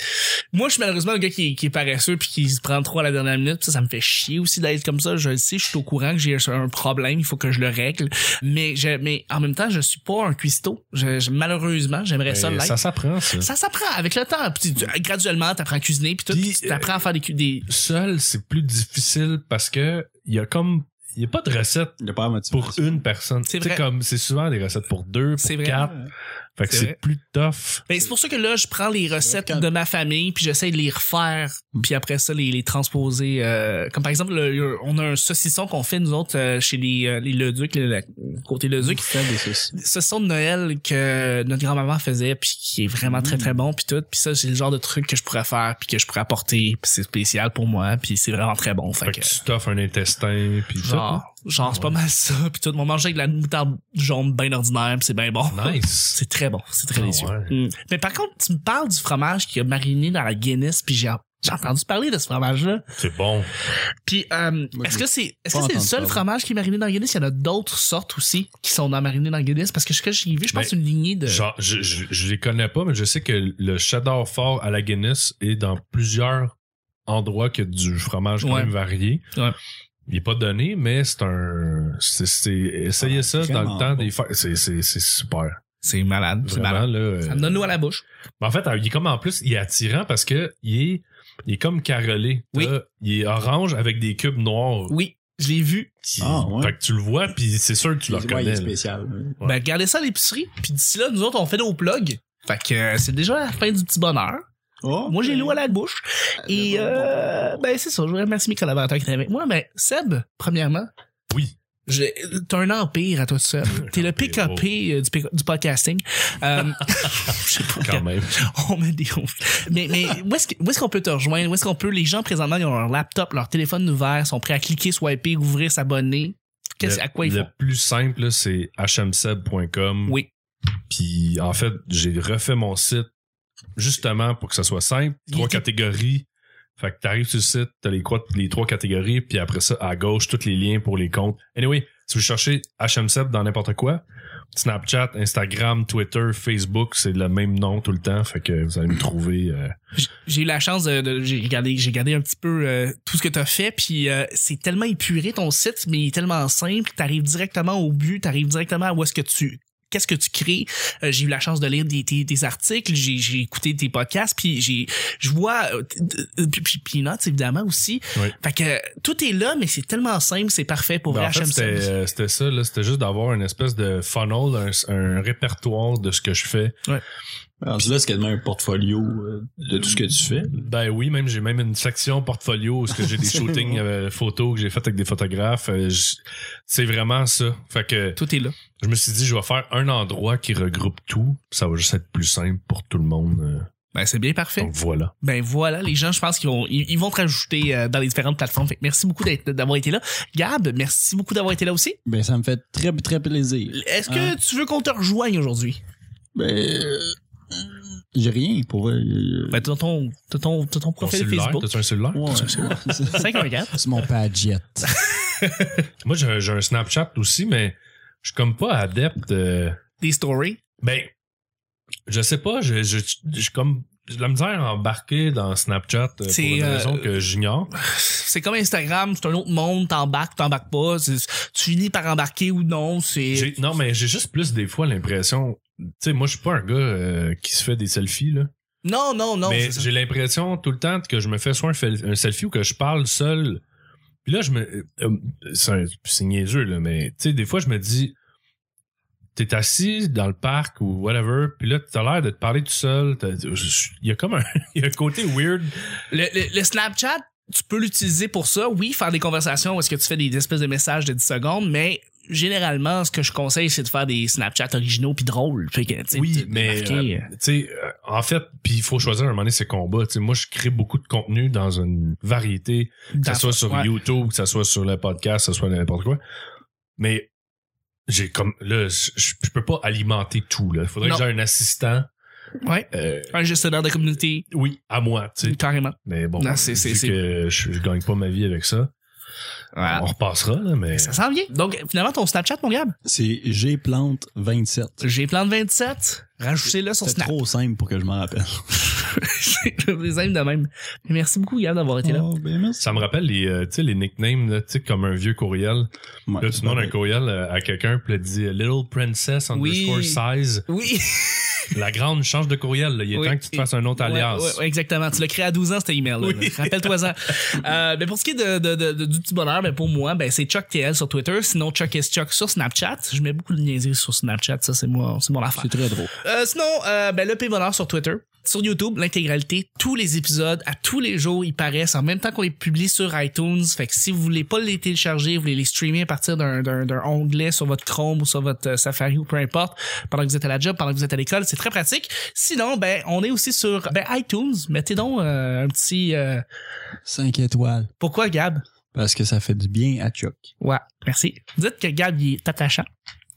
[SPEAKER 1] Moi, je suis malheureusement le gars qui, est- qui est paresseux puis qui se prend trop à la dernière minute. Ça, ça me fait chier aussi d'être comme ça. Je le sais, je suis au courant que j'ai un problème, il faut que je le règle. Mais, je, mais en même temps, je suis pas un cuistot. Je, je- malheureusement, j'aimerais
[SPEAKER 3] Mais
[SPEAKER 1] ça l'être.
[SPEAKER 3] Ben, ça s'apprend, ça.
[SPEAKER 1] Ça s'apprend avec le temps. Puis tu- graduellement, t'apprends à cuisiner puis tout.
[SPEAKER 3] Puis,
[SPEAKER 1] puis tu t'apprends à faire des, cu- des.
[SPEAKER 3] Seul, c'est plus difficile parce que il y a comme. Il y a pas de recette
[SPEAKER 2] Il a pas la motivation.
[SPEAKER 3] pour une personne.
[SPEAKER 1] C'est
[SPEAKER 3] Tu sais,
[SPEAKER 1] vrai.
[SPEAKER 3] comme c'est souvent des recettes pour deux,
[SPEAKER 1] C'est
[SPEAKER 3] pour
[SPEAKER 1] vrai.
[SPEAKER 3] quatre. Fait que
[SPEAKER 1] C'est vrai.
[SPEAKER 3] c'est plus tough.
[SPEAKER 1] Ben, c'est pour ça que là, je prends les recettes
[SPEAKER 2] Quand-
[SPEAKER 1] de ma famille, puis j'essaie de les refaire, puis après ça, les, les transposer. euh, comme par exemple, le- on a un saucisson qu'on fait, nous autres, euh, chez les, euh, les Leduc, le, le- côté Leduc.
[SPEAKER 2] Faire des saucisses.
[SPEAKER 1] Saucisson de Noël que notre grand-maman faisait, puis qui est vraiment très,
[SPEAKER 2] Mm.
[SPEAKER 1] très bon, puis tout. Puis ça, c'est le genre de truc que je pourrais faire, puis que je pourrais apporter, puis c'est spécial pour moi, puis c'est vraiment très bon. Fait
[SPEAKER 3] Fait que
[SPEAKER 1] que-
[SPEAKER 3] tu hein? t'offres un intestin, puis tout.
[SPEAKER 1] genre, genre c'est pas mal ça, puis tout. On mangeait avec de la moutarde jaune bien ordinaire, puis c'est bien bon.
[SPEAKER 3] Nice.
[SPEAKER 1] C'est très bon, c'est très
[SPEAKER 3] Ah
[SPEAKER 1] délicieux.
[SPEAKER 3] ouais.
[SPEAKER 1] Mm. Mais par contre, tu me parles du fromage qui a mariné dans la Guinness, puis j'ai j'ai entendu parler de ce fromage-là.
[SPEAKER 3] C'est bon.
[SPEAKER 1] Puis euh,
[SPEAKER 2] Moi,
[SPEAKER 1] est-ce
[SPEAKER 2] je
[SPEAKER 1] que
[SPEAKER 2] l'ai
[SPEAKER 1] c'est est-ce que c'est
[SPEAKER 2] pas
[SPEAKER 1] le
[SPEAKER 2] entendu
[SPEAKER 1] seul
[SPEAKER 2] parler.
[SPEAKER 1] fromage qui est mariné dans la Guinness Il y en a d'autres sortes aussi qui sont dans marinées dans la Guinness parce que ce que j'ai vu, je pense
[SPEAKER 3] Ben,
[SPEAKER 1] c'est une lignée de.
[SPEAKER 3] Genre, je, je, je les connais pas, mais je sais que le cheddar fort à la Guinness est dans plusieurs endroits que du fromage quand
[SPEAKER 1] Ouais.
[SPEAKER 3] même varié.
[SPEAKER 1] Ouais.
[SPEAKER 3] Il est pas donné, mais c'est un. c'est- c'est- essayez
[SPEAKER 2] Ah,
[SPEAKER 3] ça dans
[SPEAKER 2] vraiment
[SPEAKER 3] le temps
[SPEAKER 2] bon.
[SPEAKER 3] des fêtes. C'est c'est- c'est super.
[SPEAKER 1] C'est malade, c'est
[SPEAKER 3] Vraiment,
[SPEAKER 1] malade.
[SPEAKER 3] là. euh,
[SPEAKER 1] Ça me donne l'eau à la bouche.
[SPEAKER 3] mais en fait, euh, il est comme en plus, il est attirant parce que il est, il est comme carrelé. T'as-
[SPEAKER 1] Oui.
[SPEAKER 3] Il est orange avec des cubes noirs.
[SPEAKER 1] Oui, je l'ai vu.
[SPEAKER 3] Qui-
[SPEAKER 2] Ah, ouais.
[SPEAKER 3] Fait que tu le vois, puis c'est sûr que tu le
[SPEAKER 2] Ouais, il
[SPEAKER 3] reconnais.
[SPEAKER 2] est
[SPEAKER 3] là.
[SPEAKER 2] spécial. hein. ouais.
[SPEAKER 3] Ouais.
[SPEAKER 1] Ben regardez ça à l'épicerie. Puis d'ici là, nous autres, on fait nos plugs. Fait que euh, c'est déjà la fin du petit bonheur.
[SPEAKER 2] Oh,
[SPEAKER 1] Moi, j'ai l'eau à la bouche. Et euh, ben, c'est ça. Je voudrais remercier mes collaborateurs qui étaient avec moi. Ben, Seb, premièrement.
[SPEAKER 3] Oui.
[SPEAKER 1] J'ai- T'as un empire à toi tout seul. T'es le pick
[SPEAKER 3] empire,
[SPEAKER 1] up
[SPEAKER 3] oh.
[SPEAKER 1] du, pick- du podcasting. Euh, je sais pas.
[SPEAKER 3] Quand même.
[SPEAKER 1] On met des Mais, mais où est-ce que- où est-ce qu'on peut te rejoindre? Où est-ce qu'on peut? Les gens présentement, ils ont leur laptop, leur téléphone ouvert, sont prêts à cliquer, swiper, ouvrir, s'abonner. Qu'est-ce
[SPEAKER 3] Le-
[SPEAKER 1] à quoi ils
[SPEAKER 3] Le
[SPEAKER 1] font?
[SPEAKER 3] plus simple, là, c'est E hmseb.com.
[SPEAKER 1] Oui.
[SPEAKER 3] Puis en fait, j'ai refait mon site justement pour que ça soit simple.
[SPEAKER 1] Il
[SPEAKER 3] Trois
[SPEAKER 1] était-
[SPEAKER 3] catégories. Fait que t'arrives sur le site, t'as les, quoi- les trois catégories, puis après ça, à gauche, tous les liens pour les comptes. Anyway, si vous cherchez HMSEP dans n'importe quoi, Snapchat, Instagram, Twitter, Facebook, c'est le même nom tout le temps. Fait que vous allez me trouver. euh,
[SPEAKER 1] J- J'ai eu la chance de, de- j'ai regardé, j'ai regardé un petit peu euh, tout ce que t'as fait, puis euh, c'est tellement épuré ton site, mais il est tellement simple, t'arrives directement au but, t'arrives directement à où est-ce que tu qu'est-ce que tu crées. Euh, j'ai eu la chance de lire des, des, des articles, j'ai, j'ai écouté des podcasts, puis j'ai, je vois, euh, euh, puis, puis, puis Peanuts, évidemment aussi.
[SPEAKER 3] Oui.
[SPEAKER 1] Fait que euh, tout est là, mais c'est tellement simple, c'est parfait pour vrai,
[SPEAKER 3] Ben, en fait,
[SPEAKER 1] HM
[SPEAKER 3] c'était
[SPEAKER 1] Service.
[SPEAKER 3] euh, c'était ça, là. C'était juste d'avoir une espèce de funnel, un, un répertoire de ce que je fais.
[SPEAKER 2] Alors, là, Ah, c'est quasiment un portfolio euh, de tout ce que tu fais.
[SPEAKER 3] Ben oui, même j'ai même une section portfolio où est-ce que j'ai des shootings euh, photos que j'ai faites avec des photographes. Euh, je- C'est vraiment ça. Fait que
[SPEAKER 1] Tout est là.
[SPEAKER 3] je me suis dit, je vais faire un endroit qui regroupe tout. Ça va juste être plus simple pour tout le monde. euh.
[SPEAKER 1] Ben, c'est bien parfait.
[SPEAKER 3] Donc voilà.
[SPEAKER 1] Ben voilà, les gens, je pense qu'ils vont, ils, ils vont te rajouter euh, dans les différentes plateformes. Fait que merci beaucoup d'être- d'avoir été là. Gab, merci beaucoup d'avoir été là aussi.
[SPEAKER 2] Ben, ça me fait très, très plaisir.
[SPEAKER 1] Est-ce que
[SPEAKER 2] Hein?
[SPEAKER 1] tu veux qu'on te rejoigne aujourd'hui?
[SPEAKER 2] Ben, euh, j'ai rien pour. euh,
[SPEAKER 1] Ben, t'as ton, t'as ton, t'as ton
[SPEAKER 3] Ton
[SPEAKER 1] profil
[SPEAKER 3] cellulaire,
[SPEAKER 1] Facebook.
[SPEAKER 3] t'as-tu un cellulaire?
[SPEAKER 2] ouais, c'est ça.
[SPEAKER 1] 54.
[SPEAKER 2] C'est mon Padget.
[SPEAKER 3] Moi, j'ai j'ai un Snapchat aussi, mais je suis comme pas adepte. euh,
[SPEAKER 1] Des stories.
[SPEAKER 3] Ben, je sais pas, je, je, je, je comme j'ai de la misère à embarquer dans Snapchat euh, pour
[SPEAKER 1] C'est,
[SPEAKER 3] une
[SPEAKER 1] euh,
[SPEAKER 3] raison que j'ignore.
[SPEAKER 1] C'est comme Instagram, c'est un autre monde, t'embarques, t'embarques pas. c'est- Tu finis par embarquer ou non, c'est.
[SPEAKER 3] J'ai- Non, mais j'ai juste plus des fois l'impression. Tu sais, moi, je suis pas un gars euh, qui se fait des selfies, là.
[SPEAKER 1] Non, non, non.
[SPEAKER 3] mais
[SPEAKER 1] c'est ça.
[SPEAKER 3] j'ai l'impression tout le temps que je me fais soit un, fel- un selfie ou que je parle seul. Puis là, je me. euh, c'est un- c'est niaiseux, là, mais tu sais, des fois, je me dis. T'es assis dans le parc ou whatever, puis là, t'as l'air de te parler tout seul. t'as- Il y a comme un, il y a un côté weird
[SPEAKER 1] Le, le- le Snapchat, tu peux l'utiliser pour ça. Oui, faire des conversations où est-ce que tu fais des espèces de messages de 10 secondes, mais généralement, ce que je conseille, c'est de faire des Snapchats originaux puis drôles. Fait que, tu sais,
[SPEAKER 3] Oui,
[SPEAKER 1] de- de
[SPEAKER 3] mais
[SPEAKER 1] marquer,
[SPEAKER 3] euh, tu sais, euh, en fait, puis il faut choisir à un moment donné ses combats. Tu sais, moi, je crée beaucoup de contenu dans une variété, que
[SPEAKER 1] dans-
[SPEAKER 3] ça soit sur
[SPEAKER 1] ouais.
[SPEAKER 3] YouTube, que ça soit sur le podcast, que ça soit n'importe quoi. Mais j'ai comme là, je je peux pas alimenter tout. Là, faudrait
[SPEAKER 1] Non.
[SPEAKER 3] que j'ai un assistant.
[SPEAKER 1] Ouais.
[SPEAKER 3] euh,
[SPEAKER 1] Un gestionnaire de communauté,
[SPEAKER 3] oui, à moi, tu sais.
[SPEAKER 1] carrément.
[SPEAKER 3] Mais bon,
[SPEAKER 1] Non, c'est-
[SPEAKER 3] vu
[SPEAKER 1] c'est- c'est-
[SPEAKER 3] que je, je gagne pas ma vie avec ça, on repassera là, Oh, mais
[SPEAKER 1] Ça s'en vient. Donc, finalement, ton Snapchat, mon Gab,
[SPEAKER 2] C'est G plante 27.
[SPEAKER 1] j'ai plan de 27. Rajoutez-le sur
[SPEAKER 2] C'est
[SPEAKER 1] Snap.
[SPEAKER 2] trop simple pour que je m'en rappelle.
[SPEAKER 1] Je les aime de même. Mais merci beaucoup, Gab, d'avoir été là.
[SPEAKER 2] Oh, ben, merci.
[SPEAKER 3] ça me rappelle les, euh, tu sais, les nicknames là, tu sais, comme un vieux courriel. Là, tu demandes un courriel euh, à quelqu'un, puis là, tu dis euh, Little Princess
[SPEAKER 1] Oui.
[SPEAKER 3] underscore size.
[SPEAKER 1] Oui.
[SPEAKER 3] La grande change de courriel. là. Il est
[SPEAKER 1] Oui.
[SPEAKER 3] temps que tu te fasses un autre alias.
[SPEAKER 1] Ouais, ouais, ouais, exactement. Tu l'as créé à 12 ans, cet email-là.
[SPEAKER 3] Oui.
[SPEAKER 1] là. Rappelle-toi-en. euh, ben pour ce qui est de, de- de- de- du petit bonheur, ben pour moi, ben c'est Chuck TL sur Twitter. Sinon, Chuck S. Chuck sur Snapchat. Je mets beaucoup de niaiseries sur Snapchat. Ça, c'est moi, c'est mon affaire.
[SPEAKER 2] C'est très drôle.
[SPEAKER 1] Euh, sinon, euh, ben, le P Bonheur sur Twitter. Sur YouTube, l'intégralité, tous les épisodes, à tous les jours, ils paraissent en même temps qu'on les publie sur iTunes. Fait que si vous voulez pas les télécharger, vous voulez les streamer à partir d'un, d'un, d'un onglet sur votre Chrome ou sur votre euh, Safari ou peu importe, pendant que vous êtes à la job, pendant que vous êtes à l'école, c'est très pratique. Sinon, ben, on est aussi sur ben, iTunes. Mettez donc euh, un petit... euh,
[SPEAKER 2] 5 étoiles.
[SPEAKER 1] Pourquoi, Gab?
[SPEAKER 2] Parce que ça fait du bien à Chuck.
[SPEAKER 1] Ouais, merci. Dites que Gab, il est attachant.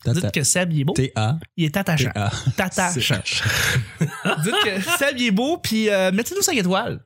[SPEAKER 1] Dites
[SPEAKER 2] Tata.
[SPEAKER 1] que Seb, il est beau.
[SPEAKER 2] T-A.
[SPEAKER 1] Il est attachant.
[SPEAKER 2] T-A.
[SPEAKER 1] T'attachant. Dites que Seb il est beau, puis euh, mettez-nous 5 étoiles.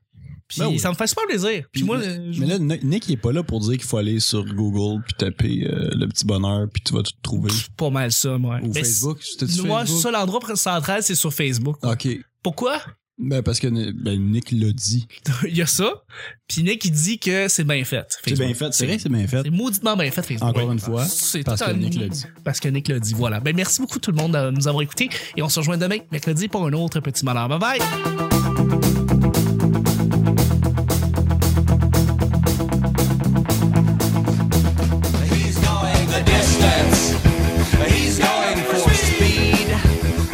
[SPEAKER 1] Puis
[SPEAKER 2] Ben oui.
[SPEAKER 1] ça me fait super plaisir. Puis
[SPEAKER 2] Puis-
[SPEAKER 1] moi, euh, je-
[SPEAKER 2] Mais là, Nick Nick, il est pas là pour dire qu'il faut aller sur Google puis taper euh, le petit bonheur puis tu vas tout trouver.
[SPEAKER 1] c'est pas mal ça, moi.
[SPEAKER 2] Ou
[SPEAKER 1] Mais
[SPEAKER 2] Facebook. C'était
[SPEAKER 1] c'est-
[SPEAKER 2] tu
[SPEAKER 1] Moi,
[SPEAKER 2] Facebook? Ah.
[SPEAKER 1] ça, l'endroit central, c'est sur Facebook.
[SPEAKER 2] Ok.
[SPEAKER 1] Pourquoi?
[SPEAKER 2] Ben, parce que ben, Nick l'a dit.
[SPEAKER 1] Il y a ça. Puis Nick, il dit que c'est bien fait.
[SPEAKER 2] C'est
[SPEAKER 1] Facebook.
[SPEAKER 2] bien fait. C'est vrai que c'est bien fait.
[SPEAKER 1] C'est mauditement bien fait, Facebook.
[SPEAKER 2] Encore une fois.
[SPEAKER 1] C'est
[SPEAKER 2] parce
[SPEAKER 1] tout
[SPEAKER 2] que
[SPEAKER 1] un-
[SPEAKER 2] Nick l'a dit.
[SPEAKER 1] Parce que Nick l'a dit, voilà. Ben, merci beaucoup tout le monde de nous avoir écoutés. Et on se rejoint demain, mercredi, pour un autre petit malheur. Bye bye!
[SPEAKER 6] He's going the distance. He's going for speed.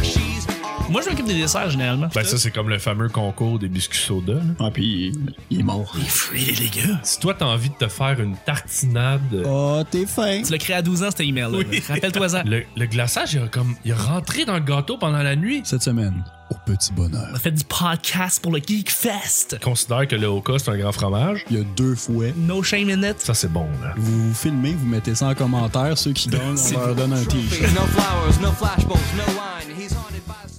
[SPEAKER 6] She's
[SPEAKER 1] Moi, je m'occupe des desserts, généralement.
[SPEAKER 3] Ben, ça, c'est comme le fameux concours des biscuits soda. là.
[SPEAKER 2] Ah, puis il est mort.
[SPEAKER 1] les gars.
[SPEAKER 3] Si toi, t'as envie de te faire une tartinade,
[SPEAKER 2] Oh, t'es fin.
[SPEAKER 1] Tu l'as créé à 12 ans, cet email-là. Rappelle-toi-en.
[SPEAKER 3] le, le glaçage, il a, comme, il a rentré dans le gâteau pendant la nuit.
[SPEAKER 2] Cette semaine, au petit
[SPEAKER 1] On
[SPEAKER 2] bonheur,
[SPEAKER 1] a fait du podcast pour le Geek Fest.
[SPEAKER 3] Je considère que le Oka, c'est un grand fromage.
[SPEAKER 2] il y a deux fouets.
[SPEAKER 1] No shame in it.
[SPEAKER 3] Ça, c'est bon, là.
[SPEAKER 2] Vous vous filmez, vous mettez ça en commentaire. Ceux qui donnent, on leur donne un t-shirt.
[SPEAKER 6] no flowers, no flashbulbs, no wine. He's haunted by.